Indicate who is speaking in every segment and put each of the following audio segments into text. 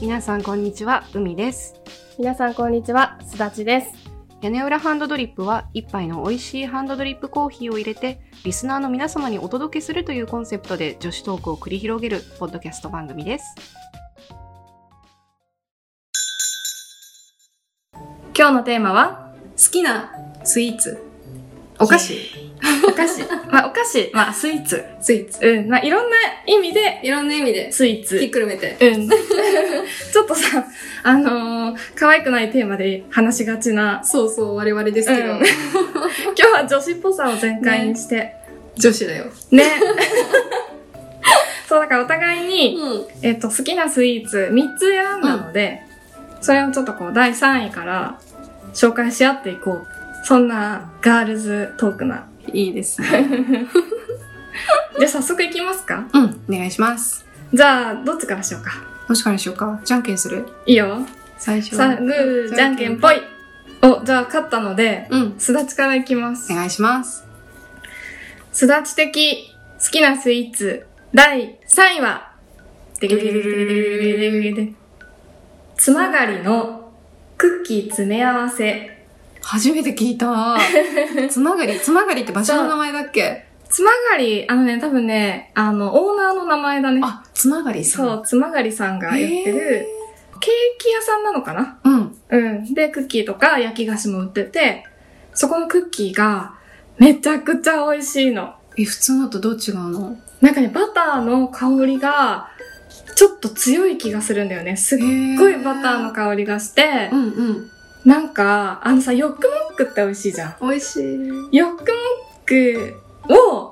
Speaker 1: 皆さんこんにちは、海です。
Speaker 2: 皆さんこんにちは、すだちです。
Speaker 1: 屋根裏ハンドドリップは一杯の美味しいハンドドリップコーヒーを入れてリスナーの皆様にお届けするというコンセプトで女子トークを繰り広げるポッドキャスト番組です。
Speaker 2: 今日のテーマは
Speaker 3: 好きなスイーツ。
Speaker 2: お菓子。
Speaker 3: お菓子。
Speaker 2: まあお菓子、まあスイーツ。
Speaker 3: スイーツ。
Speaker 2: うん。まあいろんな意味で
Speaker 3: いろんな意味で、
Speaker 2: スイー
Speaker 3: ひっ
Speaker 2: ツ。
Speaker 3: くるめて。
Speaker 2: うん。ちょっとさ、あのー、可愛くないテーマで話しがちな。
Speaker 3: そうそう、我々ですけど、
Speaker 2: うん 今日は女子っぽさを全開にして。
Speaker 3: 女子だよ。
Speaker 2: ね。 そう、だからお互いに、
Speaker 3: うん。
Speaker 2: えっ、と、好きなスイーツ3つ選んだので、それをちょっとこう、第3位から紹介し合っていこう。そんなガールズトークな。
Speaker 3: いいです。
Speaker 2: じゃあ早速いきますか
Speaker 3: うん、お願いします。
Speaker 2: じゃあ、どっちからしようか。
Speaker 3: どっちからしようかじゃんけんする
Speaker 2: いいよ。
Speaker 3: 最初
Speaker 2: さあ、グー、じゃんけんぽい。お、じゃあ勝ったので、
Speaker 3: うん。
Speaker 2: すだちからいきま
Speaker 3: お
Speaker 2: す。
Speaker 3: 願いします。
Speaker 2: すだち的好きなスイーツ、第3位は、つまがりのクッキー詰め合わせ。
Speaker 3: 初めて聞い た。つまがり、つまがりって場所の名前だっけ
Speaker 2: つまがり、あのね、多分ね、あの、オーナーの名前だね。
Speaker 3: あ、つまがりさん。
Speaker 2: そう、つまがりさんがやってる、ケーキ屋さんなのかな
Speaker 3: へー。うん。
Speaker 2: うん。で、クッキーとか焼き菓子も売ってて、そこのクッキーがめちゃくちゃ美味しいの。
Speaker 3: え、普通のとどう違うの
Speaker 2: なんかね、バターの香りがちょっと強い気がするんだよね。すっ
Speaker 3: っ
Speaker 2: ごいバターの香りがして
Speaker 3: う、んうん。
Speaker 2: なんか、あのさ、ヨックモックって美味しいじゃん。
Speaker 3: 美味しい。
Speaker 2: ヨックモックを、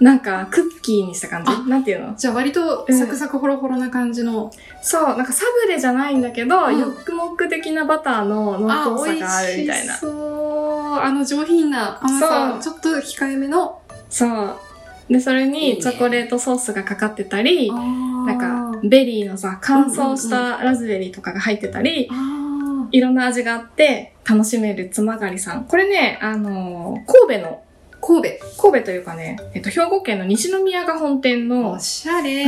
Speaker 2: なんか、クッキーにした感
Speaker 3: あ
Speaker 2: じなんていうの
Speaker 3: じゃあ割とサクサクホロホロな感じの。
Speaker 2: そう、なんかサブレじゃないんだけど、
Speaker 3: うん
Speaker 2: ヨックモック的なバターの
Speaker 3: あ、
Speaker 2: 濃厚
Speaker 3: 美
Speaker 2: さ
Speaker 3: 味
Speaker 2: があるみたいな
Speaker 3: し。そう。あの上品な甘さ、ち
Speaker 2: そ
Speaker 3: ょっと控えめの。
Speaker 2: そう。で、それ
Speaker 3: いい
Speaker 2: に
Speaker 3: ね
Speaker 2: チョコレートソースがかかってたり、
Speaker 3: な
Speaker 2: なんか、ベリーのさ、乾燥したラズベリーとかが入ってたり、
Speaker 3: あ
Speaker 2: いろんな味があって楽しめるつまがりさん。これね、あのー神戸の、
Speaker 3: ー神
Speaker 2: 神戸というかね、えっと、兵庫県の西宮が本店
Speaker 3: 戸。お
Speaker 2: の
Speaker 3: しゃれ。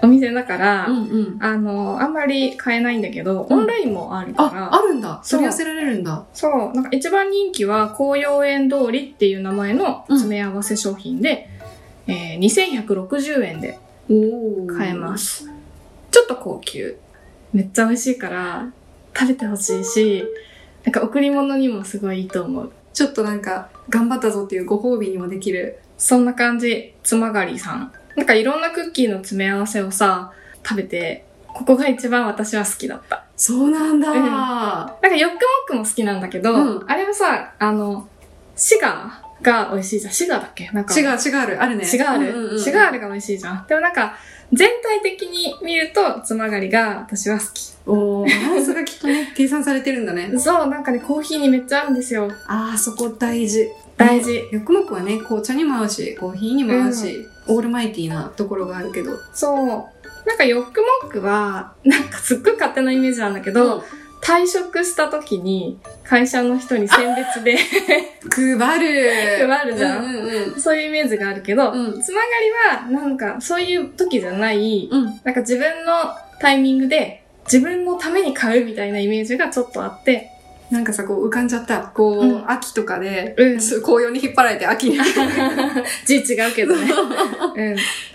Speaker 2: お店だから、
Speaker 3: んうん。
Speaker 2: あのーあんまり買えないんだけど、
Speaker 3: う
Speaker 2: オ
Speaker 3: ん
Speaker 2: ンラインもあるか
Speaker 3: あ
Speaker 2: ら、、
Speaker 3: あるんだ。
Speaker 2: そう
Speaker 3: 取り寄せられるんだ。
Speaker 2: そう、なんか一番人気は、紅葉園通りっていう名前の詰め合わせ商品で、えー2160円で
Speaker 3: お
Speaker 2: 買えま。す。ちょっと高級。めっちゃ美味しいから、食べてほしいし、なんか贈り物にもすごいいいと思う。
Speaker 3: ちょっとなんか、頑張ったぞっていうご褒美にもできる。
Speaker 2: そんな感じ、つまがりさん。なんかいろんなクッキーの詰め合わせをさ、食べて、ここが一番私は好きだった。
Speaker 3: そうなんだ。
Speaker 2: うんなんかヨックモックも好きなんだけど、
Speaker 3: うん
Speaker 2: あれはさ、あの、シガーが美味しいじゃん。シガーだっけなんか。
Speaker 3: 違う、違うある。あるね。
Speaker 2: シガール、
Speaker 3: うんうんうん
Speaker 2: シガールが美味しいじゃん。でもなんか、全体的に見ると、つまがりが私は好き。
Speaker 3: おーバランスがきっと ね、計算されてるんだね。
Speaker 2: そう、なんかね、コーヒーにめっちゃ合うんですよ。
Speaker 3: あー、そこ大事。
Speaker 2: 大事。
Speaker 3: よくもくはね、紅茶にも合うし、コーヒーにも合うし、オールマイティーなところがあるけど。
Speaker 2: そう。なんかヨックモックは、なんかすっごい勝手なイメージなんだけど、退職した時に会社の人に選別 で
Speaker 3: 配る。
Speaker 2: 配るじゃん
Speaker 3: うんうん
Speaker 2: そういうイメージがあるけど、
Speaker 3: うん
Speaker 2: つながりはなんかそういう時じゃない、
Speaker 3: うん。うん。
Speaker 2: なんか自分のタイミングで自分のために買うみたいなイメージがちょっとあって、
Speaker 3: なんかさ、こう浮かんじゃった。こう、
Speaker 2: うん
Speaker 3: 秋とかで、
Speaker 2: うん、
Speaker 3: そう紅葉に引っ張られて秋に、
Speaker 2: 字違うけど ね。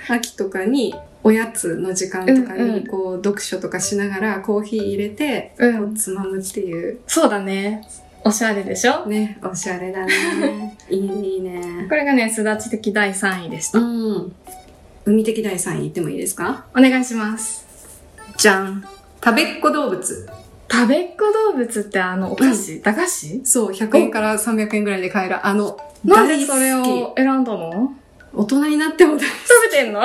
Speaker 2: うん、
Speaker 3: 秋とかに、おやつの時間とか
Speaker 2: うんう
Speaker 3: に、
Speaker 2: ん
Speaker 3: こう、読書とかしながらコーヒー入れて、
Speaker 2: う
Speaker 3: こ
Speaker 2: ん
Speaker 3: う、つまむっていう、
Speaker 2: そうだね。おしゃれでしょ
Speaker 3: ね、おしゃれだ ね。いいね、いいね。
Speaker 2: これがね、すだち的第3位でした。
Speaker 3: うん。海的第3位言ってもいいですか
Speaker 2: お願いします。
Speaker 3: じゃん。食べっ子動物。
Speaker 2: 食べっ子動物ってあのお菓子、駄菓子
Speaker 3: そう、100円から300円ぐらいで買える、あの、
Speaker 2: なん
Speaker 3: 大
Speaker 2: で
Speaker 3: 好
Speaker 2: それ
Speaker 3: き。
Speaker 2: を選んだの
Speaker 3: 大人になっても大好き。
Speaker 2: 食べてん の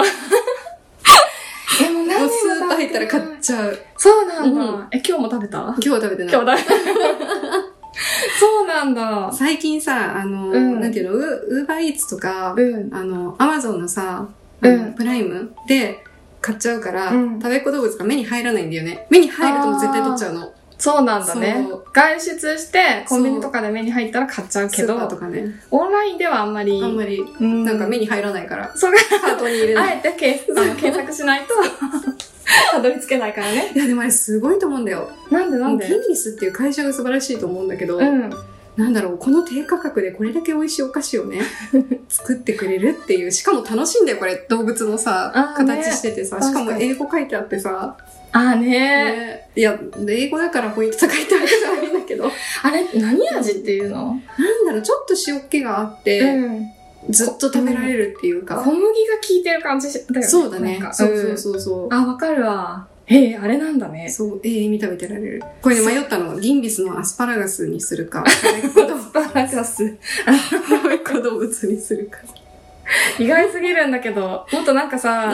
Speaker 2: え、も
Speaker 3: も
Speaker 2: う
Speaker 3: う
Speaker 2: 何
Speaker 3: スーパー入ったら買
Speaker 2: っ
Speaker 3: っちゃう。
Speaker 2: そうなんだ。
Speaker 3: う
Speaker 2: え、今日も食べた
Speaker 3: 今日は食べてない。
Speaker 2: 今日だ。そうなんだ。
Speaker 3: 最近さ、あの、
Speaker 2: うん
Speaker 3: なんていうの、ウーバーイーツとか、
Speaker 2: うん。
Speaker 3: あの、アマゾンのさ、あ
Speaker 2: う
Speaker 3: の
Speaker 2: ん
Speaker 3: プライムで買っちゃうから、
Speaker 2: うん
Speaker 3: 食べっ子動物が目に入らないんだよね。目に入るともう絶対取っちゃうの。
Speaker 2: そうなんだね
Speaker 3: そう。
Speaker 2: 外出して、コンビニとかで目に入ったら買っちゃうけ
Speaker 3: スーパーと
Speaker 2: ど、
Speaker 3: かね。
Speaker 2: オンラインではあんまり、
Speaker 3: あんまり、
Speaker 2: うん
Speaker 3: なんか目に入らないから、
Speaker 2: そうか、
Speaker 3: カートに入れ
Speaker 2: あ
Speaker 3: ない。
Speaker 2: えてけあの検索しないと、 たどり着けないからね。
Speaker 3: いや、でもあれすごいと思うんだよ。
Speaker 2: なんでな
Speaker 3: も
Speaker 2: ん
Speaker 3: う、
Speaker 2: で
Speaker 3: キンギスっていう会社が素晴らしいと思うんだけど、
Speaker 2: うん。
Speaker 3: なんだろう、この低価格でこれだけ美味しいお菓子を ね、作ってくれるっていう、しかも楽しいんだよ、これ。動物のさ
Speaker 2: あ、ーね
Speaker 3: 形しててさ、し
Speaker 2: 確
Speaker 3: か
Speaker 2: かに
Speaker 3: も英語書いてあってさ、
Speaker 2: あね
Speaker 3: ねいや、英語だからポイント高いってわけじゃないんだけど、
Speaker 2: あれ、何味っていうの
Speaker 3: なんだろう、ちょっと塩気があって、
Speaker 2: ん。
Speaker 3: ずっと食べられるっていう
Speaker 2: 小
Speaker 3: か、
Speaker 2: 麦が効いてる感じだよね。
Speaker 3: そうだね
Speaker 2: なん。か
Speaker 3: そうそうんそうそう。
Speaker 2: あ、わかるわ。へえ、あれなんだね。
Speaker 3: そう、永遠に食べてられる。これね、迷ったのは、ギンビスのアスパラガスにする か、子供
Speaker 2: アスパラガス。
Speaker 3: 小動物にするか。
Speaker 2: 意外すぎるんだけど、もっとなんかさ、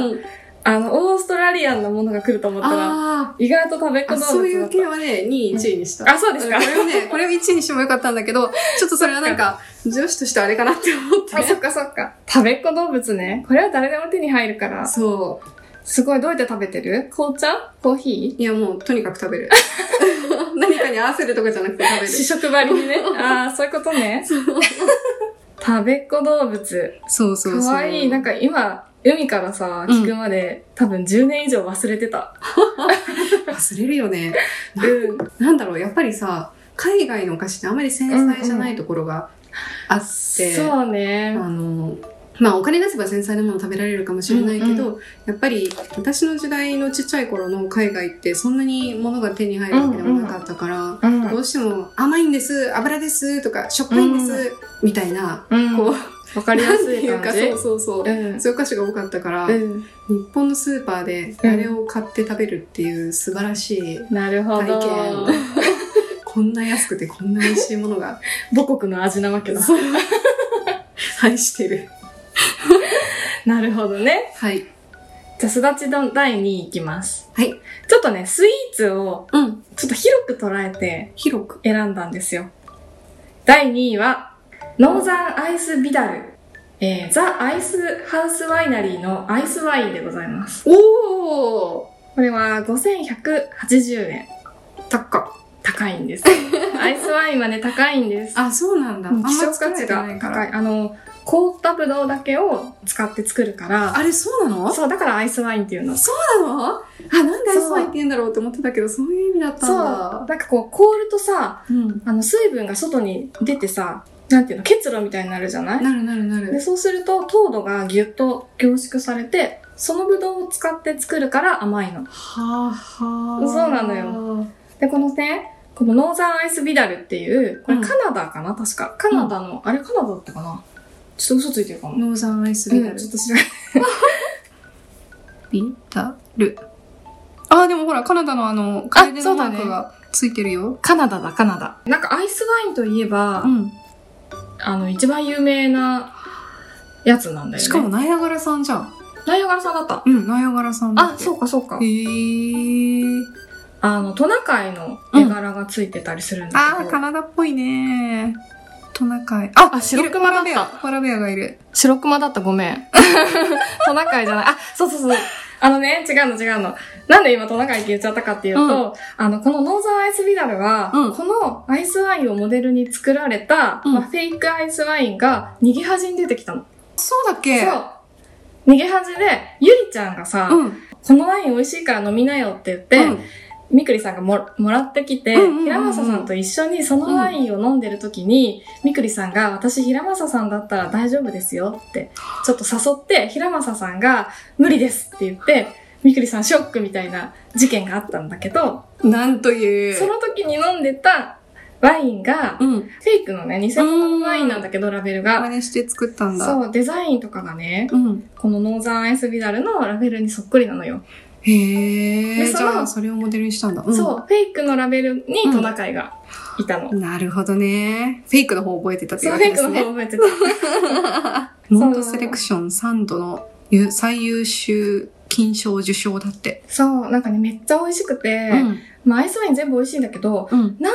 Speaker 2: あの、オーストラリアンなものが来ると思ったら、
Speaker 3: あ
Speaker 2: 意外と食べっ
Speaker 3: ー
Speaker 2: 子動
Speaker 3: あ、
Speaker 2: 物だった。
Speaker 3: そういう系はね、2位、1位にした。
Speaker 2: あ、そうですか
Speaker 3: こ。れをね、これを1位にしてもよかったんだけど、ちょっとそれはなんか、女子としてあれかなって思
Speaker 2: あ、
Speaker 3: っ
Speaker 2: そっかそっか。食べっ子動物ね。これは誰でも手に入るか
Speaker 3: て。
Speaker 2: ら。
Speaker 3: そう。
Speaker 2: すごい、どうやって食べてる紅茶コーヒ
Speaker 3: いや、もう、とにかく食べ る。何かに合わせるとかじゃなくて食べ
Speaker 2: ー
Speaker 3: る
Speaker 2: 試。食ばりにね。 ああ、そういうことね。 食べっ子動物。
Speaker 3: そうそうそう。
Speaker 2: かわいい。なん
Speaker 3: か、
Speaker 2: か今、海からさ、聞くまで、多分10年以上忘れてた。
Speaker 3: 忘れるよね。
Speaker 2: うん。
Speaker 3: なんだろう、やっぱりさ、海外のお菓子ってあんまり繊細じゃないところがあって、
Speaker 2: そうね。
Speaker 3: あの、まあお金出せば繊細なもの食べられるかもしれないけど、やっぱり私の時代のちっちゃい頃の海外ってそんなに物が手に入るわけでもなかったから、
Speaker 2: うん。
Speaker 3: どうしても甘いんです、油ですとか、しょっぱいんです、みたいな、
Speaker 2: うん。
Speaker 3: こう、
Speaker 2: わかりや
Speaker 3: なん
Speaker 2: す
Speaker 3: て
Speaker 2: い
Speaker 3: いう
Speaker 2: 感
Speaker 3: か、
Speaker 2: じ。
Speaker 3: そうそうそう。
Speaker 2: うん。
Speaker 3: そういうお菓子が多かったから、
Speaker 2: うん。
Speaker 3: 日本のスーパーであれを買って食べるっていう素晴らしい、
Speaker 2: なるほ
Speaker 3: 体。
Speaker 2: ど
Speaker 3: 験こんな安くてこんな美味しいものが
Speaker 2: 母国の味なわけだ。
Speaker 3: そう愛してる。
Speaker 2: なるほどね。
Speaker 3: はい。
Speaker 2: じゃあ、すだち丼第2位いきます。
Speaker 3: はい。
Speaker 2: ちょっとね、スイーツを
Speaker 3: うん。
Speaker 2: ちょっと広く捉えて
Speaker 3: 広く。
Speaker 2: 選んだんですよ。第2位は、ノーザンアイスビダル。えー、ザ・アイスハウスワイナリーのアイスワインでございます。
Speaker 3: おー
Speaker 2: これは5180円。
Speaker 3: 高っ。
Speaker 2: 高い んです。アイスワインはね、高いんです。
Speaker 3: あ、そうなんだ。あんま
Speaker 2: 希少
Speaker 3: 作
Speaker 2: 価
Speaker 3: ら
Speaker 2: 値
Speaker 3: れてな
Speaker 2: が
Speaker 3: いか
Speaker 2: 高
Speaker 3: ら。
Speaker 2: い。あの、凍ったぶどうだけを使って作るから、
Speaker 3: あれ、そうなのそ
Speaker 2: そう、だからアイスワインっていうの。
Speaker 3: うなのあ、なんでアイスワインって言うんだろうって思ってたけど、そういう意味だったん
Speaker 2: そう、
Speaker 3: だ。
Speaker 2: なんかこう、凍るとさ、
Speaker 3: う。ん。
Speaker 2: あの、水分が外に出てさ、なんていうの、結露みたいになるじゃない
Speaker 3: なるなるな
Speaker 2: で、
Speaker 3: る。
Speaker 2: そうすると糖度がギュッと凝縮されて、そのブドウを使って作るから甘いの。
Speaker 3: はあは
Speaker 2: そうなの
Speaker 3: よ。
Speaker 2: で、このね、このノーザンアイスビダルっていう、これ
Speaker 3: うん
Speaker 2: カナダかな、確か。カナダの、あれカナダだったかなちょっと嘘ついてるかも。
Speaker 3: ノーザンアイス
Speaker 2: う
Speaker 3: ビタ
Speaker 2: ん、
Speaker 3: ル
Speaker 2: ちょ。っと知らない。
Speaker 3: ビタル。あー、でもほら、カナダのあの、カエデ
Speaker 2: そう
Speaker 3: のマ
Speaker 2: だね
Speaker 3: ークがついてるよ。
Speaker 1: カナダだ、カナダ。
Speaker 2: なんかアイスワインといえば、
Speaker 3: うん。
Speaker 2: あの、一番有名なやつなんだよね。
Speaker 3: しかも、、ナイアガラさんじゃん。
Speaker 2: ナイアガラさんだった。
Speaker 3: うん、ナイアガラさんだ
Speaker 2: あ
Speaker 3: っ、て。
Speaker 2: そうかそうか
Speaker 3: へ。ー。
Speaker 2: あの、トナカイの絵柄がついてたりするんだ
Speaker 3: あ
Speaker 2: け
Speaker 3: ー、
Speaker 2: ど。
Speaker 3: カナダっぽいねトナカイ。あ、
Speaker 2: あ白熊だった
Speaker 3: いるコアラベア。コアラベアがいる。
Speaker 2: 白熊だった、ごめん。 トナカイじゃない。あ、そうそうそう。あのね、違うの違うの。なんで今トナカイって言っちゃったかっていうと、
Speaker 3: うん
Speaker 2: あの、このノーザンアイスビダルは、
Speaker 3: うん
Speaker 2: このアイスワインをモデルに作られた、
Speaker 3: うん
Speaker 2: まあ、フェイクアイスワインが逃げ恥に出てきたの。
Speaker 3: そうだっけ
Speaker 2: そう。逃げ恥で、ゆりちゃんがさ、
Speaker 3: うん。
Speaker 2: このワイン美味しいから飲みなよって言って、
Speaker 3: うん
Speaker 2: みくりさんがももらってきて、
Speaker 3: うんうんうんうん
Speaker 2: 平正さんと一緒にそのワインを飲んでる時に、みくりさんが、私平正さんだったら大丈夫ですよって、ちょっと誘って、平正さんが、無理ですって言って、みくりさんショックみたいな事件があったんだけど、
Speaker 3: なんという。
Speaker 2: その時に飲んでたワインが、
Speaker 3: うん。
Speaker 2: フェイクのね、偽物のワインなんだけど、ラベル
Speaker 3: 真
Speaker 2: が。
Speaker 3: 似して作ったんだ。う。
Speaker 2: そう、デザインとかがね、
Speaker 3: ん。
Speaker 2: このノーザンアイスビダルのラベルにそっくりなのよ。
Speaker 3: へ
Speaker 2: で
Speaker 3: え。
Speaker 2: そ
Speaker 3: じ
Speaker 2: の
Speaker 3: ゃあ、それをモデルにしたんだ。ん
Speaker 2: そう、フェイクのラベルにトナカイがいたの。
Speaker 3: なるほどね。フェイクの方覚えてたって
Speaker 2: そ
Speaker 3: いう
Speaker 2: う、
Speaker 3: わ
Speaker 2: フェ
Speaker 3: け
Speaker 2: イ
Speaker 3: で
Speaker 2: ク
Speaker 3: す
Speaker 2: の方
Speaker 3: ね。
Speaker 2: 覚えてた。
Speaker 3: ノートセレクション3度の優最優秀金賞受賞だって。
Speaker 2: そう、なんかね、めっちゃ美味しくて、
Speaker 3: うん。
Speaker 2: まあ、アイスワイン全部美味しいんだけど、
Speaker 3: うん。
Speaker 2: なんとな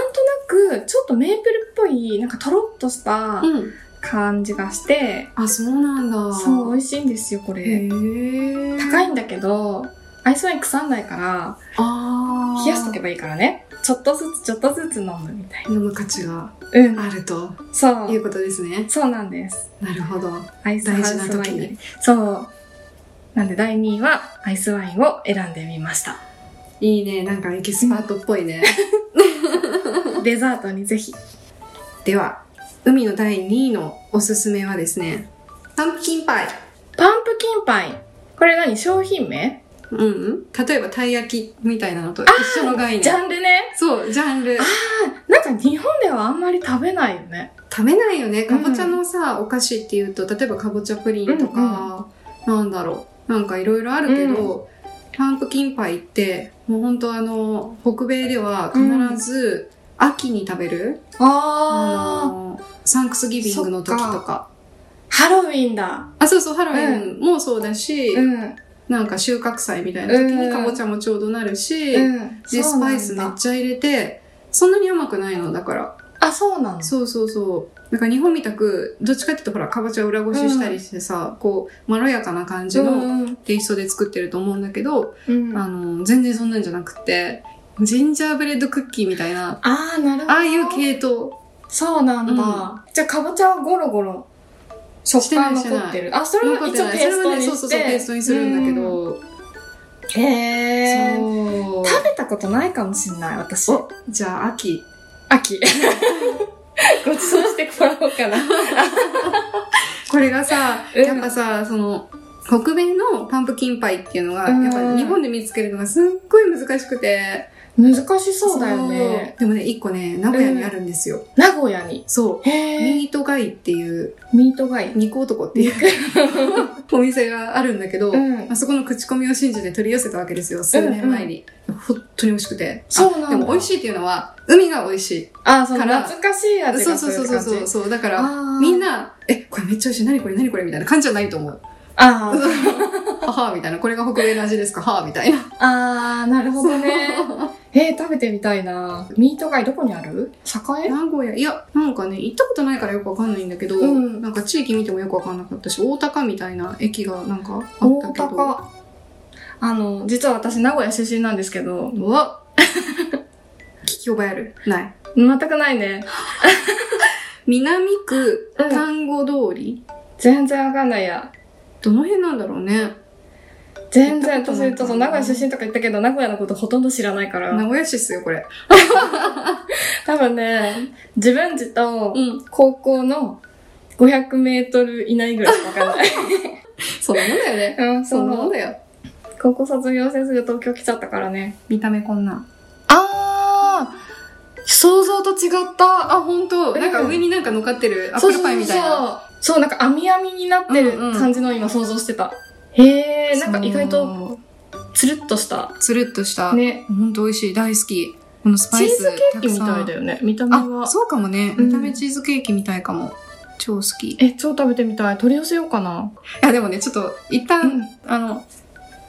Speaker 2: く、ちょっとメープルっぽい、なんかとろっとした
Speaker 3: うん。
Speaker 2: 感じがして、
Speaker 3: あ、そうなんだ。
Speaker 2: そう、美味しいんですよ、こ
Speaker 3: へ
Speaker 2: れ。
Speaker 3: え。
Speaker 2: 高い。んだけど、アイスワイン腐んないから、
Speaker 3: ああ。
Speaker 2: 冷やしとけばいいからね。ちょっとずつ、ちょっとずつ飲むみたいな。
Speaker 3: 飲む価値が
Speaker 2: うん。
Speaker 3: あると
Speaker 2: そ
Speaker 3: いう
Speaker 2: う。
Speaker 3: ことですね。
Speaker 2: そうなんです。
Speaker 3: なるほど。
Speaker 2: アイスハウスワ
Speaker 3: 大事な
Speaker 2: イ
Speaker 3: 時
Speaker 2: ン
Speaker 3: に
Speaker 2: そう。なんで第2位はアイスワインを選んでみました。
Speaker 3: いいね。なんかエキスパートっぽい ね。
Speaker 2: デザートにぜひ。
Speaker 3: では、海の第2位のおすすめはですね、パンプキンパイ。
Speaker 2: パンプキンパイ。これ何商品名
Speaker 3: うん、うん、例えばたい焼きみたいなのと一緒の概念。
Speaker 2: ジャンルね。
Speaker 3: そう、ジャンル。
Speaker 2: なんか日本ではあんまり食べないよね。
Speaker 3: 食べないよね。かぼちゃのさ、お菓子っていうと、例えばかぼちゃプリンとか、なんだろう。なんかいろいろあるけど、パンプキンパイって、もうほんとあの、北米では必ず秋に食べる、あ
Speaker 2: ああ。
Speaker 3: のサンクスギビングの時と
Speaker 2: そ
Speaker 3: か
Speaker 2: っハロウィンだ。
Speaker 3: あ、そうそう、ハロウィンもそうだし、
Speaker 2: うん。
Speaker 3: なんか収穫祭みたいな時
Speaker 2: う
Speaker 3: に
Speaker 2: ん
Speaker 3: かぼちゃもちょうどなるし、
Speaker 2: うん。
Speaker 3: で、
Speaker 2: そ
Speaker 3: ス
Speaker 2: うな
Speaker 3: パ
Speaker 2: ん
Speaker 3: イ
Speaker 2: だ
Speaker 3: スめっちゃ入れて、そんなに甘くないの、だから。
Speaker 2: あ、そうなの
Speaker 3: そうそうそう。だから日本みたく、どっちかっていうとほら、かぼちゃ裏ごししたりしてさ、こう、まろやかな感じの
Speaker 2: うん
Speaker 3: テイストで作ってると思うんだけど、
Speaker 2: うん。
Speaker 3: あ
Speaker 2: あ
Speaker 3: の、全然そんなんじゃなくて、ジンジャーブレッドクッキーみたいな、
Speaker 2: あー、なるほど。
Speaker 3: ああいう系統。
Speaker 2: そうなん
Speaker 3: う
Speaker 2: だ。
Speaker 3: ん
Speaker 2: じゃあ、かぼちゃはゴロゴロ食感残ってる。あ、それは
Speaker 3: 残っ
Speaker 2: 一
Speaker 3: て
Speaker 2: 応
Speaker 3: ない
Speaker 2: ペーストに
Speaker 3: それはね、
Speaker 2: して。
Speaker 3: そうそうそう、ペーストにするんだけ
Speaker 2: う。
Speaker 3: ど、
Speaker 2: へー。
Speaker 3: そう。
Speaker 2: 食べたことないかもしんない、私。
Speaker 3: お、じゃあ秋。
Speaker 2: 秋。ごちそうしてもらおうかな。
Speaker 3: これがさ、
Speaker 2: うん
Speaker 3: やっぱさ、その、北米のパンプキンパイっていうのが、
Speaker 2: うん
Speaker 3: やっぱ日本で見つけるのがすっごい難しくて。
Speaker 2: 難しそうだよね。
Speaker 3: そう。でもね、一個ね、名古屋にあるんですよ。
Speaker 2: 名古屋に。
Speaker 3: そう。
Speaker 2: へー。
Speaker 3: ミートガイっていう、
Speaker 2: ミートガイ。
Speaker 3: 肉男って いうお店があるんだけど、
Speaker 2: うん
Speaker 3: あそこの口コミを信じて取り寄せたわけですよ、数年前に。本当に美味しくて。
Speaker 2: そうなんだ
Speaker 3: あでも美味しいっていうのは、海が美味しい。
Speaker 2: あ、その
Speaker 3: から
Speaker 2: 懐かしい味
Speaker 3: そう
Speaker 2: が
Speaker 3: そ
Speaker 2: す
Speaker 3: う
Speaker 2: る
Speaker 3: そう
Speaker 2: 感じ。
Speaker 3: そうそう。そうだから、
Speaker 2: あー
Speaker 3: みん。な、え、これめっちゃ美味しい。何これ何これみたいな感じじゃないと思 う。
Speaker 2: あー
Speaker 3: ははみたいな。これが北米の味ですかはみたいな。
Speaker 2: あー、なるほどね。えー、食べてみたいな。ミート街どこにある栄
Speaker 3: 名古屋、いや、なんかね、行ったことないからよくわかんないんだけど、
Speaker 2: うん
Speaker 3: なんか地域見てもよくわかんなかったし、大高みたいな駅がなんかあったけど。
Speaker 2: 大高。あの、実は私名古屋出身なんですけど、
Speaker 3: うわ聞き覚えあるない。
Speaker 2: 全くないね。
Speaker 3: 南区
Speaker 2: うん
Speaker 3: 丹後通り、
Speaker 2: 全然わかんないや。
Speaker 3: どの辺なんだろうね。
Speaker 2: 全然、
Speaker 3: 行ったこと
Speaker 2: 私、
Speaker 3: ない
Speaker 2: ちょっと名古屋出身とか言ったけど、名古屋のことほとんど知らないか
Speaker 3: 名
Speaker 2: ら、
Speaker 3: 古屋市っすよ、これ。
Speaker 2: 多分ね、自分自と
Speaker 3: ん。
Speaker 2: 高校の500メートル以内ぐらいしかわか んない。
Speaker 3: そんなもんだよね。
Speaker 2: うん、
Speaker 3: そ
Speaker 2: そ
Speaker 3: んなもん
Speaker 2: の、
Speaker 3: だよ。
Speaker 2: 高校卒業してすぐ東京来ちゃったからね。
Speaker 3: 見た目こんな。
Speaker 2: あー想像と違った
Speaker 3: あ、ほんと。なんか上になんか乗っかってるアップルパイみたいな。
Speaker 2: そうそうそうそうなんか網網になってる
Speaker 3: うんうん
Speaker 2: 感じの今想像してた。へえ、なんか意外と
Speaker 3: と、
Speaker 2: つるっとした。
Speaker 3: つるっとした。
Speaker 2: ね。
Speaker 3: ほんと美味しい。大好き。このスパ
Speaker 2: チー
Speaker 3: イス。
Speaker 2: ズケーキみたいだよね、見た目
Speaker 3: あ、
Speaker 2: は。
Speaker 3: そうかもね。
Speaker 2: うん
Speaker 3: 見た目チーズケーキみたいかも。超好き。い
Speaker 2: え、超食べてみたい。取り寄せようかな。
Speaker 3: や、でもね、ちょっと、一旦、
Speaker 2: うん
Speaker 3: あの、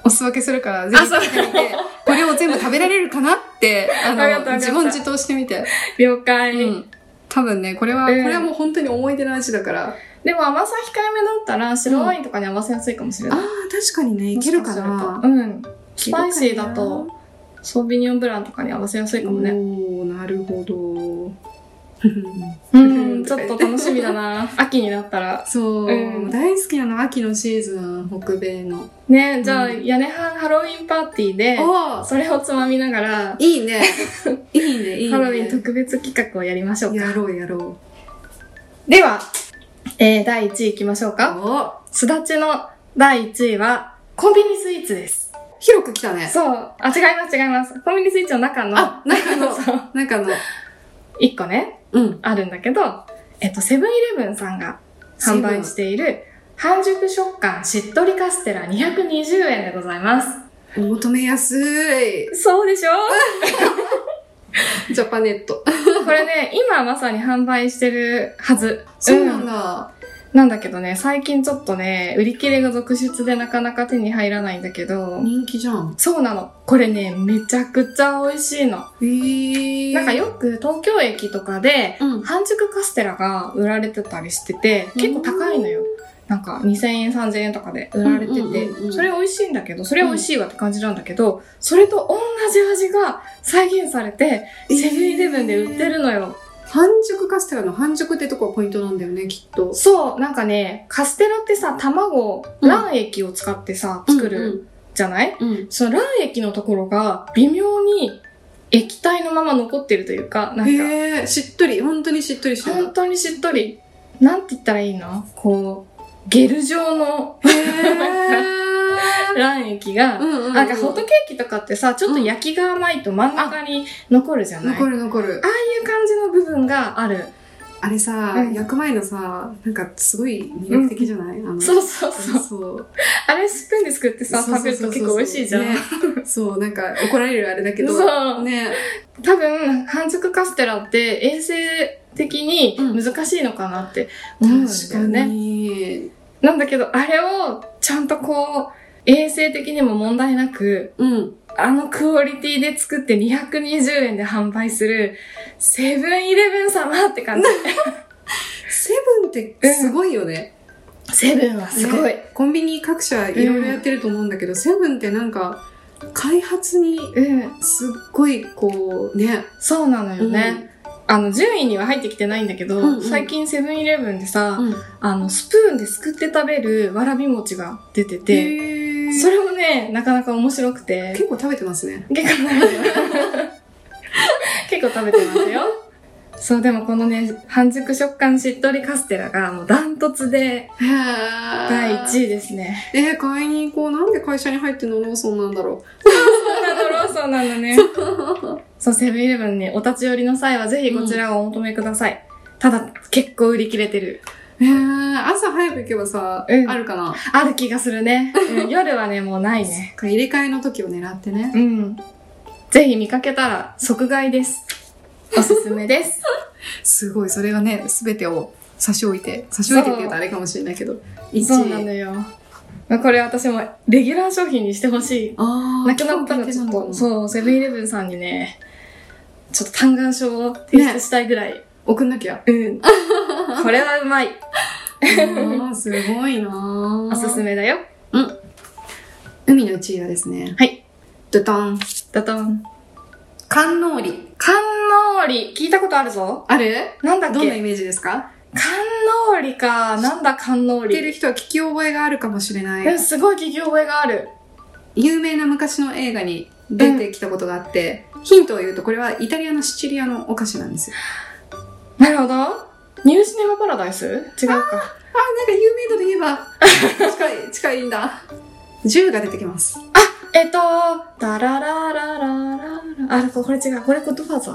Speaker 3: お裾分けするから、ぜひ食べてみて、これを全部食べられるかな って、あ
Speaker 2: わかった
Speaker 3: の、
Speaker 2: わかった
Speaker 3: 自問自答してみて。
Speaker 2: 了解。
Speaker 3: うん。多分ね、これは、
Speaker 2: うん
Speaker 3: これはもう本当に思い出の味だから。
Speaker 2: でも甘さ控えめだったら、白ワインとかに合わせやすいかもしれ
Speaker 3: あ
Speaker 2: ない。
Speaker 3: あ、確かにね、い
Speaker 2: も
Speaker 3: け
Speaker 2: し
Speaker 3: る
Speaker 2: か
Speaker 3: か
Speaker 2: すると
Speaker 3: な。
Speaker 2: うん。スパイシーだと、ソービニオンブランとかに合わせやす
Speaker 3: い
Speaker 2: い
Speaker 3: け
Speaker 2: か
Speaker 3: るかな。
Speaker 2: もね。
Speaker 3: おー、なるほど。
Speaker 2: うん、 ちょっと楽しみだ な。秋になったら。
Speaker 3: そう、
Speaker 2: うん
Speaker 3: 大好きなの、秋のシーズン、北米の。
Speaker 2: ね、じゃあ、
Speaker 3: うん
Speaker 2: 屋根半ハロウィンパーティーで、
Speaker 3: おー
Speaker 2: それをつまみながら、
Speaker 3: いいね。 いいね、いいね。
Speaker 2: ハロウィン特別企画をやりましょうか。
Speaker 3: やろうやろ
Speaker 2: では、えー、第1位いきましょう
Speaker 3: う。
Speaker 2: か。
Speaker 3: お
Speaker 2: すだちの第1位は、コンビニスイーツです。
Speaker 3: 広く来たね。
Speaker 2: そう。あ、違います、違います。コンビニスイーツの中の、
Speaker 3: あ、中の、
Speaker 2: そう
Speaker 3: 中の、
Speaker 2: 1個ね、
Speaker 3: うん。
Speaker 2: あるんだけど、えっと、セブンイレブンさんが販売している、半熟食感しっとりカステラ220円でございま
Speaker 3: お求めやすい。
Speaker 2: す。そうでしょ
Speaker 3: ジャパネット。
Speaker 2: これね、今まさに販売してるはず。
Speaker 3: そうなんだ。
Speaker 2: なんだけどね、最近ちょっとね、売り切れが続出でなかなか手に入らないんだけど、
Speaker 3: 人気じゃん。
Speaker 2: そうなの。これね、めちゃくちゃ美味しいの。
Speaker 3: えー。
Speaker 2: なんか、よく東京駅とかで、
Speaker 3: うん。
Speaker 2: 半熟カステラが売られてたりしてて、結構高いのよ。なんか2000円、3000円とかで売られて
Speaker 3: うんうんうんう
Speaker 2: て、
Speaker 3: ん
Speaker 2: それ美味しいんだけど、それ美味しいわって感じなんだけど、それと同じ味が再現されて、セブンイレブンで売ってるのよ。
Speaker 3: 半熟カステラの半熟ってとこがポイントなんだよね、きっと。
Speaker 2: そう、なんかね、カステラってさ、卵、
Speaker 3: うん
Speaker 2: 卵液を使ってさ、作るじゃない、
Speaker 3: うんうん。うん。
Speaker 2: その卵液のところが微妙に液体のまま残ってるというか、なんか、
Speaker 3: へえ、しっとり、本当にしっとりしてる。
Speaker 2: 本当にしっとり、なんて言ったらいいのこう、ゲル状の
Speaker 3: へ え。
Speaker 2: 卵液が、
Speaker 3: うんうんうん
Speaker 2: なんかホットケーキとかってさ、ちょっと焼きが甘いと真ん中に残るじゃない、
Speaker 3: 残
Speaker 2: あ
Speaker 3: る残る。
Speaker 2: あいう感じの部分がある。
Speaker 3: あれさ、
Speaker 2: うん
Speaker 3: 焼く前のさ、なんかすごい魅力的じゃない、あの
Speaker 2: そうそ
Speaker 3: そ
Speaker 2: うそうう。
Speaker 3: そう。
Speaker 2: あれスプーンですくってさ、
Speaker 3: そう
Speaker 2: 食
Speaker 3: そ
Speaker 2: べ
Speaker 3: う
Speaker 2: る
Speaker 3: そ
Speaker 2: と
Speaker 3: うそう
Speaker 2: 結構美味しいじゃん。
Speaker 3: ねそう、なんか怒られるあれだけど。
Speaker 2: そう
Speaker 3: ね。
Speaker 2: 多分、半熟カステラって衛生的に難しいのかなって思うん
Speaker 3: 確
Speaker 2: だ
Speaker 3: か
Speaker 2: よね。
Speaker 3: に。
Speaker 2: なんだけど、あれをちゃんとこう、衛生的にも問題なく、
Speaker 3: うん。
Speaker 2: あのクオリティで作って220円で販売する、セブンイレブン様って感じ。
Speaker 3: セブンってすごいよね。
Speaker 2: セブンはすごい。
Speaker 3: ねコンビニ各社いろいろやってると思うんだけど、セブンってなんか、開発に
Speaker 2: うん、
Speaker 3: すっごいこう、ね。
Speaker 2: そうなのよね。あの、順位には入ってきてないんだけど、
Speaker 3: うんうん
Speaker 2: 最近セブンイレブンで
Speaker 3: う
Speaker 2: さ、
Speaker 3: ん。うん。
Speaker 2: あの、スプーンですくって食べるわらび餅が出てて、
Speaker 3: へー
Speaker 2: それもね、なかなか面白くて。
Speaker 3: 結構食べてますね。
Speaker 2: 結構結構食べてますよ。そう、でもこのね、半熟食感しっとりカステラがもうダントツで
Speaker 3: へ
Speaker 2: 第
Speaker 3: 第
Speaker 2: 1位ですね。
Speaker 3: えー、買いに行こう。なんで会社に入ってんのローソンなんだろ
Speaker 2: そうなの、ローソンなのね。そう、セブンイレブンにお立ち寄りの際はぜひこちらをお求めください。ただ、結構売り切れてる。
Speaker 3: う。えー、朝早く行けばさ、
Speaker 2: うん
Speaker 3: あるかな。
Speaker 2: ある気がするね。うん、夜はね、もうないね。
Speaker 3: 入れ替えの時を狙ってね。
Speaker 2: うん。ぜひ見かけたら即買いです。おすすめです。
Speaker 3: すごい、それがね、すべてを差し置いて、差し置いてって言うとあれかもしれないけど、一
Speaker 2: そうなのよ。まあこれ私もレギュラー商品にしてほし
Speaker 3: あー
Speaker 2: い。なくなったらちょっと、そう、セブンイレブンさんにね、ちょっと単眼書を提出したいぐらい。
Speaker 3: 送んなきゃ。
Speaker 2: うん。 これはうまい。
Speaker 3: あすごいな
Speaker 2: お
Speaker 3: お
Speaker 2: すす。めだよ。
Speaker 3: 海の1位はですね、
Speaker 2: はい。
Speaker 3: ドタン。
Speaker 2: だとん。
Speaker 3: 観能り
Speaker 2: 観能り聞いたことあるぞ。
Speaker 3: ある
Speaker 2: なんだっ
Speaker 3: どんな
Speaker 2: け
Speaker 3: イメージですか
Speaker 2: 観能りか。なんだ観能
Speaker 3: 知ってる
Speaker 2: り。
Speaker 3: 人は聞き覚えがあるかもしれな
Speaker 2: うん
Speaker 3: い。
Speaker 2: すごい聞き覚えがある。
Speaker 3: 有名な昔の映画に出てきたことがあって、ヒントを言うとこれはイタリアのシチリアのお菓子なんですよ。
Speaker 2: なるほど。ニューシネマパラダイス違う
Speaker 3: あ、
Speaker 2: か。
Speaker 3: なんか有名度で言えば、 近い、近いんだ。銃が出てきます。
Speaker 2: えっと、ダララララララ。あ、これ違う。これゴッ
Speaker 3: ゴッドファーザー
Speaker 2: ドファーザー。あ、ゴッドファーザー。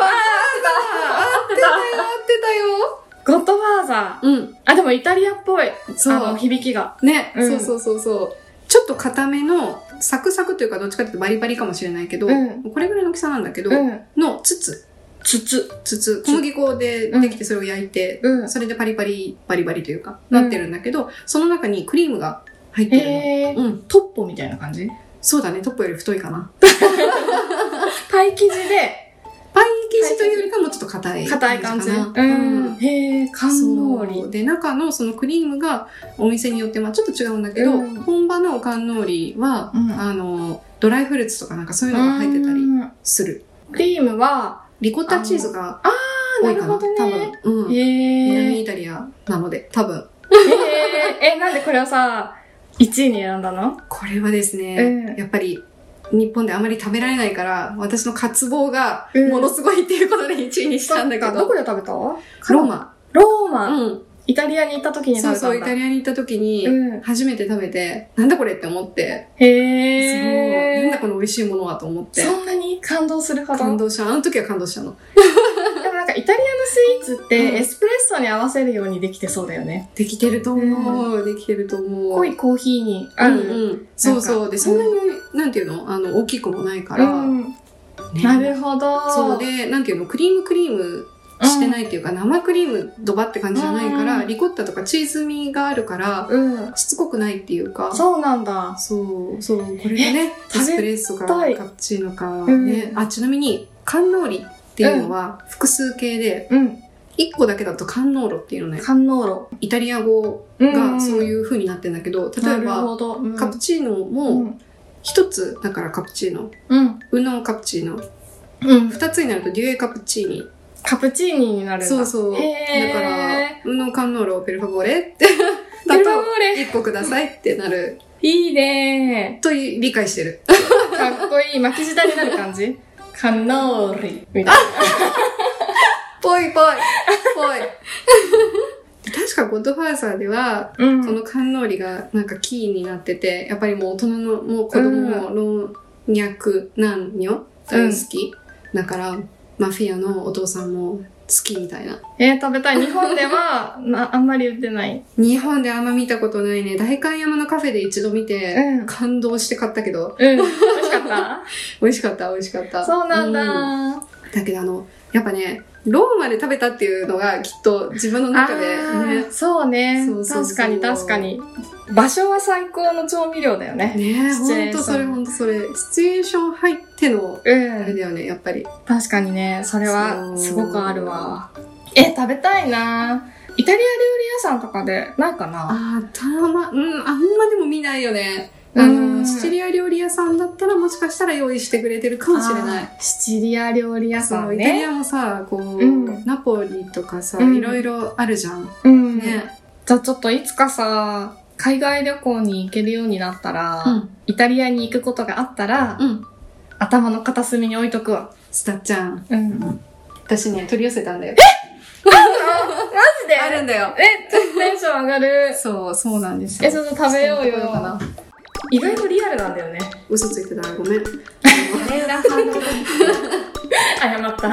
Speaker 3: 合ってたよ、合ってたよ。
Speaker 2: ゴッドファーザー。
Speaker 3: う
Speaker 2: あ、でもイタリアっぽい。
Speaker 3: ん。
Speaker 2: あ
Speaker 3: そ
Speaker 2: の、
Speaker 3: う。
Speaker 2: 響きが。
Speaker 3: ね、
Speaker 2: うん
Speaker 3: そうそうそうそう。ちょっと固めの、サクサクというかどっちかというとバリバリかもしれないけど、
Speaker 2: うん
Speaker 3: これぐらいの大きさなんだけど、
Speaker 2: うん。
Speaker 3: の筒。
Speaker 2: 筒。
Speaker 3: 筒。小麦粉でできてそれを焼いて、
Speaker 2: うん。
Speaker 3: それでパリパリ、バリバリというか、
Speaker 2: うん
Speaker 3: なってるんだけど、その中にクリームが入ってるの。
Speaker 2: へー。
Speaker 3: うん。
Speaker 2: トッポみたいな感じ
Speaker 3: そうだね、トップより太いかな。
Speaker 2: パイ生地で、
Speaker 3: パイ生地というよりかもちょっと硬い。
Speaker 2: 硬い感じ。
Speaker 3: かな
Speaker 2: うん。へー、観
Speaker 3: そ
Speaker 2: 音
Speaker 3: う
Speaker 2: り。
Speaker 3: で中のそのクリームがお店によってまあちょっと違うんだけど、
Speaker 2: うん
Speaker 3: 本場のカンノーリは、
Speaker 2: うん
Speaker 3: あのドライフルーツとかなんかそういうのが入ってたり
Speaker 2: うん
Speaker 3: する
Speaker 2: クリームは、
Speaker 3: リコッタチーズが
Speaker 2: あ、
Speaker 3: 多
Speaker 2: ないる
Speaker 3: かな
Speaker 2: ほどね。
Speaker 3: 多分、
Speaker 2: へ
Speaker 3: うん、南
Speaker 2: ー。
Speaker 3: イタリアなので多分
Speaker 2: へーえ、なんでこれをさ、1位に選んだの
Speaker 3: これはですね、
Speaker 2: うん
Speaker 3: やっぱり日本であまり食べられないから私の渇望が
Speaker 2: うん
Speaker 3: ものすごいっていうことで1位にしたんだけ
Speaker 2: そっかど
Speaker 3: ど、
Speaker 2: こで食べたロ
Speaker 3: ローマ、
Speaker 2: ローマ。
Speaker 3: うん、
Speaker 2: イタリアに行った時に食
Speaker 3: そうそ
Speaker 2: べたん
Speaker 3: う
Speaker 2: だ。
Speaker 3: イタリアに行った時に
Speaker 2: うん
Speaker 3: 初めて食べて、なんだこれって思ってそう
Speaker 2: へー。
Speaker 3: なんだこの美味しいものはと思って
Speaker 2: そんなに感動するほど
Speaker 3: 感動したあの時は感動したの
Speaker 2: でもなんかイタリアのスイーツって
Speaker 3: うん
Speaker 2: エスプレッソに合わせるようにできてそうだよね。
Speaker 3: できてると思う、できてると思う
Speaker 2: 濃いコーヒーに合
Speaker 3: うん
Speaker 2: う。
Speaker 3: うんそう
Speaker 2: な
Speaker 3: そ
Speaker 2: ん
Speaker 3: う
Speaker 2: か
Speaker 3: でそんなに、なんていうのあの大きい子もないか
Speaker 2: う
Speaker 3: ら、
Speaker 2: ん
Speaker 3: ね
Speaker 2: なるほど。
Speaker 3: そうでなんていうのクリームクリームしてないっていうか、生クリームドバって感じじゃないから、
Speaker 2: うん
Speaker 3: リコッタとかチーズ味があるから
Speaker 2: うん。
Speaker 3: しつこくないっていうか
Speaker 2: そうなんだ。
Speaker 3: そうそうこれがね
Speaker 2: え
Speaker 3: エスプレッソか
Speaker 2: 食べたい
Speaker 3: カプチーノか、
Speaker 2: うん
Speaker 3: ねあちなみに観音りっていうのは複数形で、
Speaker 2: うん。
Speaker 3: 1個だけだと観音炉っていうのね
Speaker 2: 観音炉。
Speaker 3: イタリア語がそういう風になってんだけど、
Speaker 2: な
Speaker 3: 例え
Speaker 2: る
Speaker 3: ば
Speaker 2: ほど。うん
Speaker 3: カプチーノ
Speaker 2: う
Speaker 3: も
Speaker 2: ん
Speaker 3: 一つだからカプチーノ、
Speaker 2: うん。
Speaker 3: ウノンカプチーノ、
Speaker 2: うん。
Speaker 3: 二つになるとデュエカプチーニ、
Speaker 2: カプチーニになるんだ。
Speaker 3: そうそう。だか
Speaker 2: へー
Speaker 3: ら、うのカンノーロペルファボレ って、だ
Speaker 2: ベルバ
Speaker 3: と、
Speaker 2: モーレ。
Speaker 3: 一個くださいってなる。
Speaker 2: いいね
Speaker 3: という理解して る。
Speaker 2: ー。かっこいい。巻き舌になる感 じ。カノーリ。みたいな。
Speaker 3: ぽいぽいぽい 確かゴッドファーザーでは、
Speaker 2: うん
Speaker 3: その官能理がなんかキーになってて、やっぱりもう大人の、もう子供も老若男女大好き。だから、マフィアのお父さんも好きみたいな。
Speaker 2: えー、食べたい。日本では、な、あんまり売ってない。
Speaker 3: 日本であんま見たことないね。代官山のカフェで一度見て、
Speaker 2: うん
Speaker 3: 感動して買ったけど、
Speaker 2: うん。美味し かっ
Speaker 3: 美味しかった、美味しかった。
Speaker 2: たそうなん
Speaker 3: う
Speaker 2: だ。
Speaker 3: だけどあの、やっぱね、ローマで食べたっていうのがきっと自分の中でね
Speaker 2: あー、そうね
Speaker 3: そうそうそう
Speaker 2: 確かに確かに場所は最高の調味料だよね
Speaker 3: ねえ、
Speaker 2: シ
Speaker 3: ほ
Speaker 2: チュエ
Speaker 3: ん
Speaker 2: ーショ
Speaker 3: と
Speaker 2: ン
Speaker 3: それほんとそれ。シチュエーション入っての、
Speaker 2: う
Speaker 3: あれ
Speaker 2: ん
Speaker 3: だよね、やっぱり。
Speaker 2: 確かにねそれ
Speaker 3: そ
Speaker 2: は
Speaker 3: う
Speaker 2: すごくあるわえ食べたいなイタリア料理屋さんとかでないかな
Speaker 3: ああ、たま、うん、あんまでも見ないよね。
Speaker 2: う
Speaker 3: あ
Speaker 2: ん
Speaker 3: の、シチリア料理屋さんだったらもしかしたら用意してくれてるかもしれない。
Speaker 2: あーシチリア料理屋
Speaker 3: そ
Speaker 2: さ
Speaker 3: の
Speaker 2: ん
Speaker 3: イタリ
Speaker 2: ね
Speaker 3: アもさ、こう、
Speaker 2: うん
Speaker 3: ナポリとかさ、
Speaker 2: うん
Speaker 3: いろいろあるじゃん。
Speaker 2: うん
Speaker 3: ね。
Speaker 2: じゃあちょっといつかさ海外旅行に行けるようになったら、
Speaker 3: うん。
Speaker 2: イタリアに行くことがあったら、
Speaker 3: うん。
Speaker 2: 頭の片隅に置いとくわ
Speaker 3: スタッちゃん。
Speaker 2: うんマ
Speaker 3: 私ね、取り寄せたんだよ。
Speaker 2: ジで
Speaker 3: あるんだよ。
Speaker 2: え、ちょっとテンション上がる。
Speaker 3: そう、そうなんです
Speaker 2: え、
Speaker 3: よ
Speaker 2: ち。ょっと食べようよ
Speaker 3: ちょっと食べようかな。
Speaker 2: 意外とリアルなん だよね。
Speaker 3: 嘘ついてたらごめん。
Speaker 2: 謝った。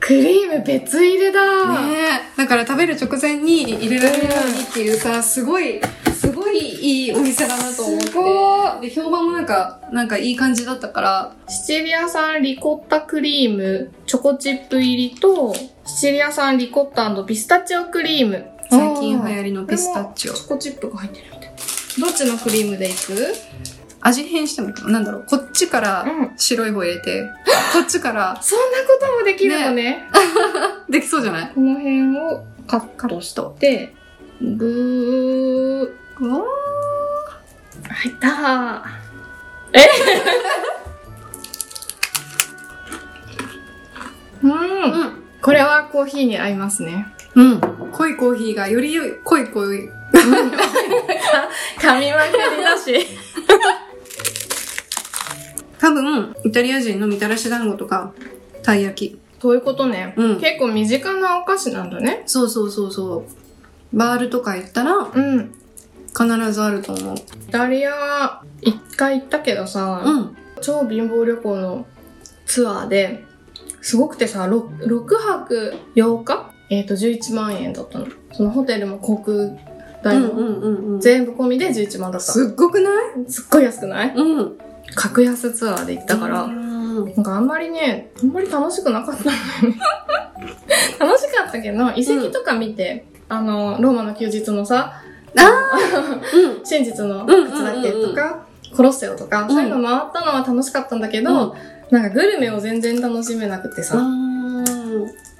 Speaker 2: クリーム別入れだ。
Speaker 3: ねえだから食べる直前に入れられるようにっていうさ、すごい、すごいいいお店だなと思って。
Speaker 2: すご
Speaker 3: で、評判もなんか、なんかいい感じだったから、
Speaker 2: シチリア産リコッタクリーム、チョコチップ入りと、シチリア産リコッタピスタチオクリーム。
Speaker 3: 最近流行りのピスタチオ
Speaker 2: これも。チョコチップが入ってるみたい。どっちのクリームでいく
Speaker 3: 味変してもいいかも。なんだろう、こっちから
Speaker 2: うん
Speaker 3: 白い方入れ て、こっちから、
Speaker 2: そんなこともできるのね。
Speaker 3: できそうじゃない
Speaker 2: この辺をカットして、ぐー。
Speaker 3: うわ
Speaker 2: 入ったーえ うん
Speaker 3: ー
Speaker 2: これはコーヒーに合いますね
Speaker 3: うん。うん。濃いコーヒーがより良い、濃い濃い。
Speaker 2: 噛みまくりだし
Speaker 3: 多分、イタリア人のみたらし団子とか、たい焼き。
Speaker 2: そういう ことね、
Speaker 3: うん
Speaker 2: 結構身近なお菓子なんだね
Speaker 3: そうそうそうそう。バールとか行ったら、
Speaker 2: うん
Speaker 3: 必ずあると思う。
Speaker 2: イタリア一回行ったけどさ、
Speaker 3: うん。
Speaker 2: 超貧乏旅行のツアーですごくてさ 6, 6泊8日えっ、と11万円だったのそのホテルも航空代も、
Speaker 3: うんうんうんうん、
Speaker 2: 全部込みで11万だった
Speaker 3: すっごくない
Speaker 2: すっごい安くない
Speaker 3: うん。
Speaker 2: 格安ツアーで行ったから、
Speaker 3: うん
Speaker 2: なんかあんまりね、あんまり楽しくなかったんだよね。 楽しかったけど、遺跡とか見て、あの、ローマの休日のさ、
Speaker 3: うん。
Speaker 2: 真実の
Speaker 3: うん
Speaker 2: 靴だっけ
Speaker 3: うんうんうん
Speaker 2: とか、コロッセオとか、
Speaker 3: ん
Speaker 2: そういうの回ったのは楽しかったんだけど、なんかグルメを全然楽しめなくてさ、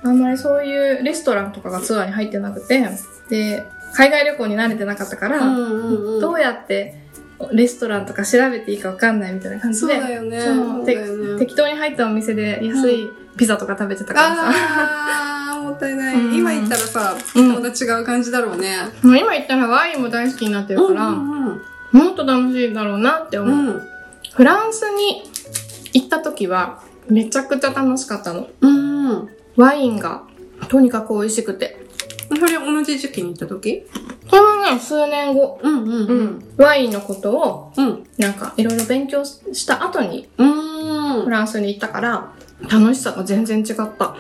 Speaker 2: あんまりそういうレストランとかがツアーに入ってなくて、で、海外旅行に慣れてなかったから、
Speaker 3: うん。
Speaker 2: どうやってレストランとか調べていいかわかんないみたいな感じ
Speaker 3: そう
Speaker 2: で、
Speaker 3: だよね。
Speaker 2: そう
Speaker 3: だよね。
Speaker 2: 適当に入ったお店で安いピザとか食べてたからさ、
Speaker 3: あー、もったいな
Speaker 2: うん
Speaker 3: い。今行ったらさ、
Speaker 2: う
Speaker 3: ま
Speaker 2: ん
Speaker 3: た違う感じだろうね。
Speaker 2: もう 今言ったらワインも大好きになってるから、
Speaker 3: うん
Speaker 2: もっと楽しいだろうなって
Speaker 3: う
Speaker 2: 思う、
Speaker 3: ん。うん
Speaker 2: フランスに行った時はめちゃくちゃ楽しかったの
Speaker 3: うん。
Speaker 2: ワインがとにかく美味しくて
Speaker 3: それ同じ時期に行った時
Speaker 2: それはね数年後
Speaker 3: うんうんうん。
Speaker 2: ワインのことを
Speaker 3: うん。
Speaker 2: なんかいろいろ勉強した後に
Speaker 3: う
Speaker 2: フ
Speaker 3: ん。
Speaker 2: ランスに行ったから楽しさが全然違った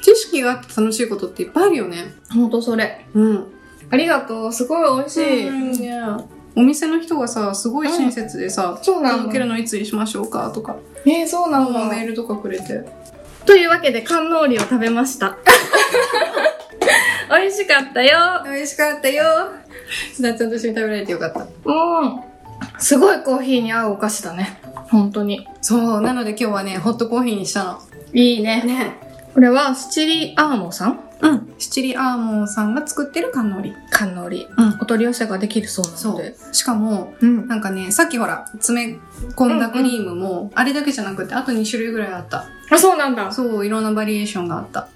Speaker 3: 知識があって楽しいことっていっぱいあるよね。
Speaker 2: ほんとそれ
Speaker 3: うん。
Speaker 2: ありがとうすごい美味しい、
Speaker 3: お店の人がさ、すごい親切でさ、
Speaker 2: そうなの
Speaker 3: 届けるのいつにしましょうかとか、
Speaker 2: えー、そうなの、
Speaker 3: メールとかくれて。
Speaker 2: というわけで、観音りを食べま した。美味しかったよ。
Speaker 3: 美味しかったよ。すだちゃんと一緒に食べられてよかった。
Speaker 2: うん。すごいコーヒーに合うお菓子だね。本当に。
Speaker 3: そう、なので今日はね、ホットコーヒーにしたの。
Speaker 2: いいね。
Speaker 3: ね。
Speaker 2: これは、スチリアーモさん
Speaker 3: うん。シチリアーモンさんが作ってるカンノリ。
Speaker 2: 観音り。
Speaker 3: うん。
Speaker 2: お取り寄せができるそうなの
Speaker 3: そ
Speaker 2: で。
Speaker 3: う。しかも、
Speaker 2: うん。
Speaker 3: なんかね、さっきほら、詰め込んだクリームも、あれだけじゃなくて、あと2種類ぐらいあった。
Speaker 2: ああ、そうなんだ。
Speaker 3: そう、いろんなバリエーションがあった。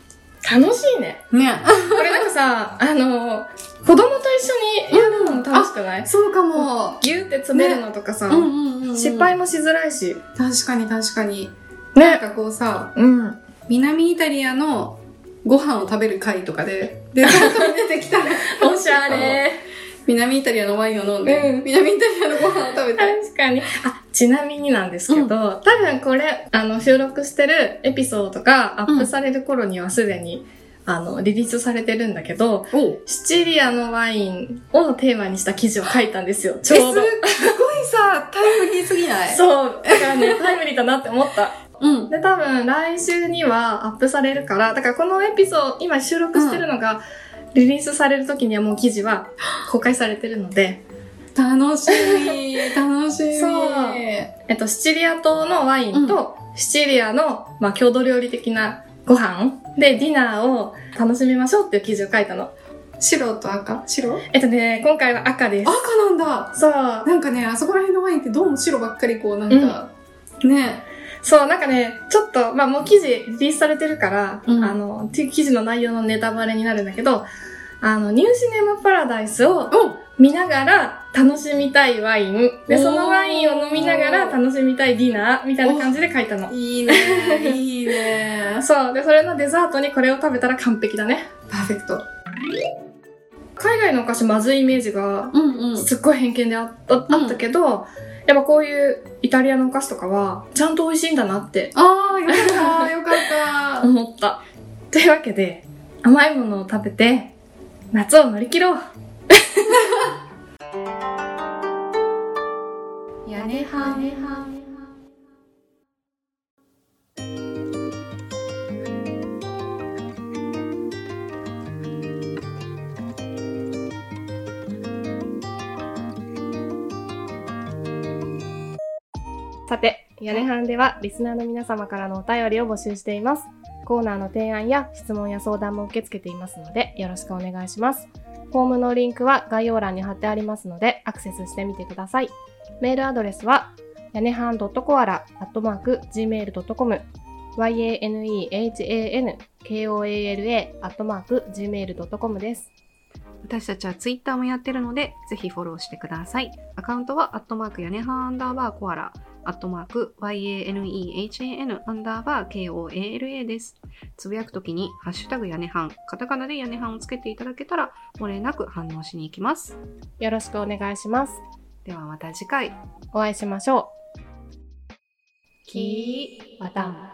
Speaker 2: 楽しいね。
Speaker 3: ね。
Speaker 2: これなんかさ、あの、子供と一緒にやるのも楽しくない
Speaker 3: そうかも。
Speaker 2: ギュって詰めるのとかさ、
Speaker 3: うんうんうん。
Speaker 2: 失敗もしづらいし。
Speaker 3: 確かに確かに。なん
Speaker 2: ね。
Speaker 3: かこうさ、
Speaker 2: うん。
Speaker 3: 南イタリアのご飯を食べる会とかで、デザートに出てきたら、
Speaker 2: おしゃれ。
Speaker 3: 南イタリアのワインを飲んで、
Speaker 2: うん
Speaker 3: 南イタリアのご飯を食べて。
Speaker 2: 確かに。あ、ちなみになんですけど、
Speaker 3: うん
Speaker 2: 多分これ、あの、収録してるエピソードがアップされる頃にはすでに、あの、リリースされてるんだけど、
Speaker 3: お
Speaker 2: シチリアのワインをテーマにした記事を書いたんですよ、ち
Speaker 3: え、す
Speaker 2: ょ
Speaker 3: っ
Speaker 2: うど
Speaker 3: ご。いさ、タイムリーすぎない
Speaker 2: そう。だからね、タイムリーだなって思った。
Speaker 3: うん。
Speaker 2: で、多分来週にはアップされるから、だからこのエピソード、今収録してるのが、リリースされる時にはもう記事は公開されてるので、
Speaker 3: 楽しみ。楽しみ。
Speaker 2: そうえっと、シチリア島のワインと、シチリアの、まあ、郷土料理的なご飯で、ディナーを楽しみましょうっていう記事を書いたの。
Speaker 3: 白と赤白
Speaker 2: えっとね、今回は赤です。
Speaker 3: 赤なんだ
Speaker 2: そう。
Speaker 3: なんかね、あそこら辺のワインってどうも白ばっかりこう、なんか、ね。
Speaker 2: そう、なんかね、ちょっと、まあ、もう記事リリースされてるから、
Speaker 3: うん
Speaker 2: あの、っていう記事の内容のネタバレになるんだけど、あの、ニューシネマパラダイスを
Speaker 3: お
Speaker 2: 見ながら楽しみたいワイン。で、
Speaker 3: おー
Speaker 2: そのワインを飲みながら楽しみたいディナーみたいな感じで書いたの。
Speaker 3: いいね、 いい ね。
Speaker 2: そう。で、それのデザートにこれを食べたら完璧だね。
Speaker 3: パーフェクト。
Speaker 2: 海外のお菓子まずいイメージが
Speaker 3: うんう
Speaker 2: すっごい偏見であった,、あったけど、やっぱこういうイタリアのお菓子とかはちゃんと美味しいんだなって
Speaker 3: ああ、よかった、よかった。
Speaker 2: 思 った。というわけで、甘いものを食べて、夏を乗り切ろう
Speaker 3: やねはねは。
Speaker 4: さて、屋根班ではリスナーの皆様からのお便りを募集しています。コーナーの提案や質問や相談も受け付けていますので、よろしくお願いします。フォームのリンクは概要欄に貼ってありますので、アクセスしてみてください。メールアドレスは、屋根班 .koala.gmail.com yanehankoala.gmail.com です。
Speaker 1: 私たちはツイッターもやってるので、ぜひフォローしてください。アカウントは、アットマーク、屋根ハンアンダーバーコアラ、アットマーク、YANEHAN アンダーバー KOALA です。つぶやくときに、ハッシュタグ屋根ハン、カタカナで屋根ハンをつけていただけたら、漏れなく反応しに行きます。
Speaker 4: よろしくお願いします。
Speaker 1: ではまた次回。
Speaker 4: お会いしましょう。
Speaker 1: キー、
Speaker 4: また。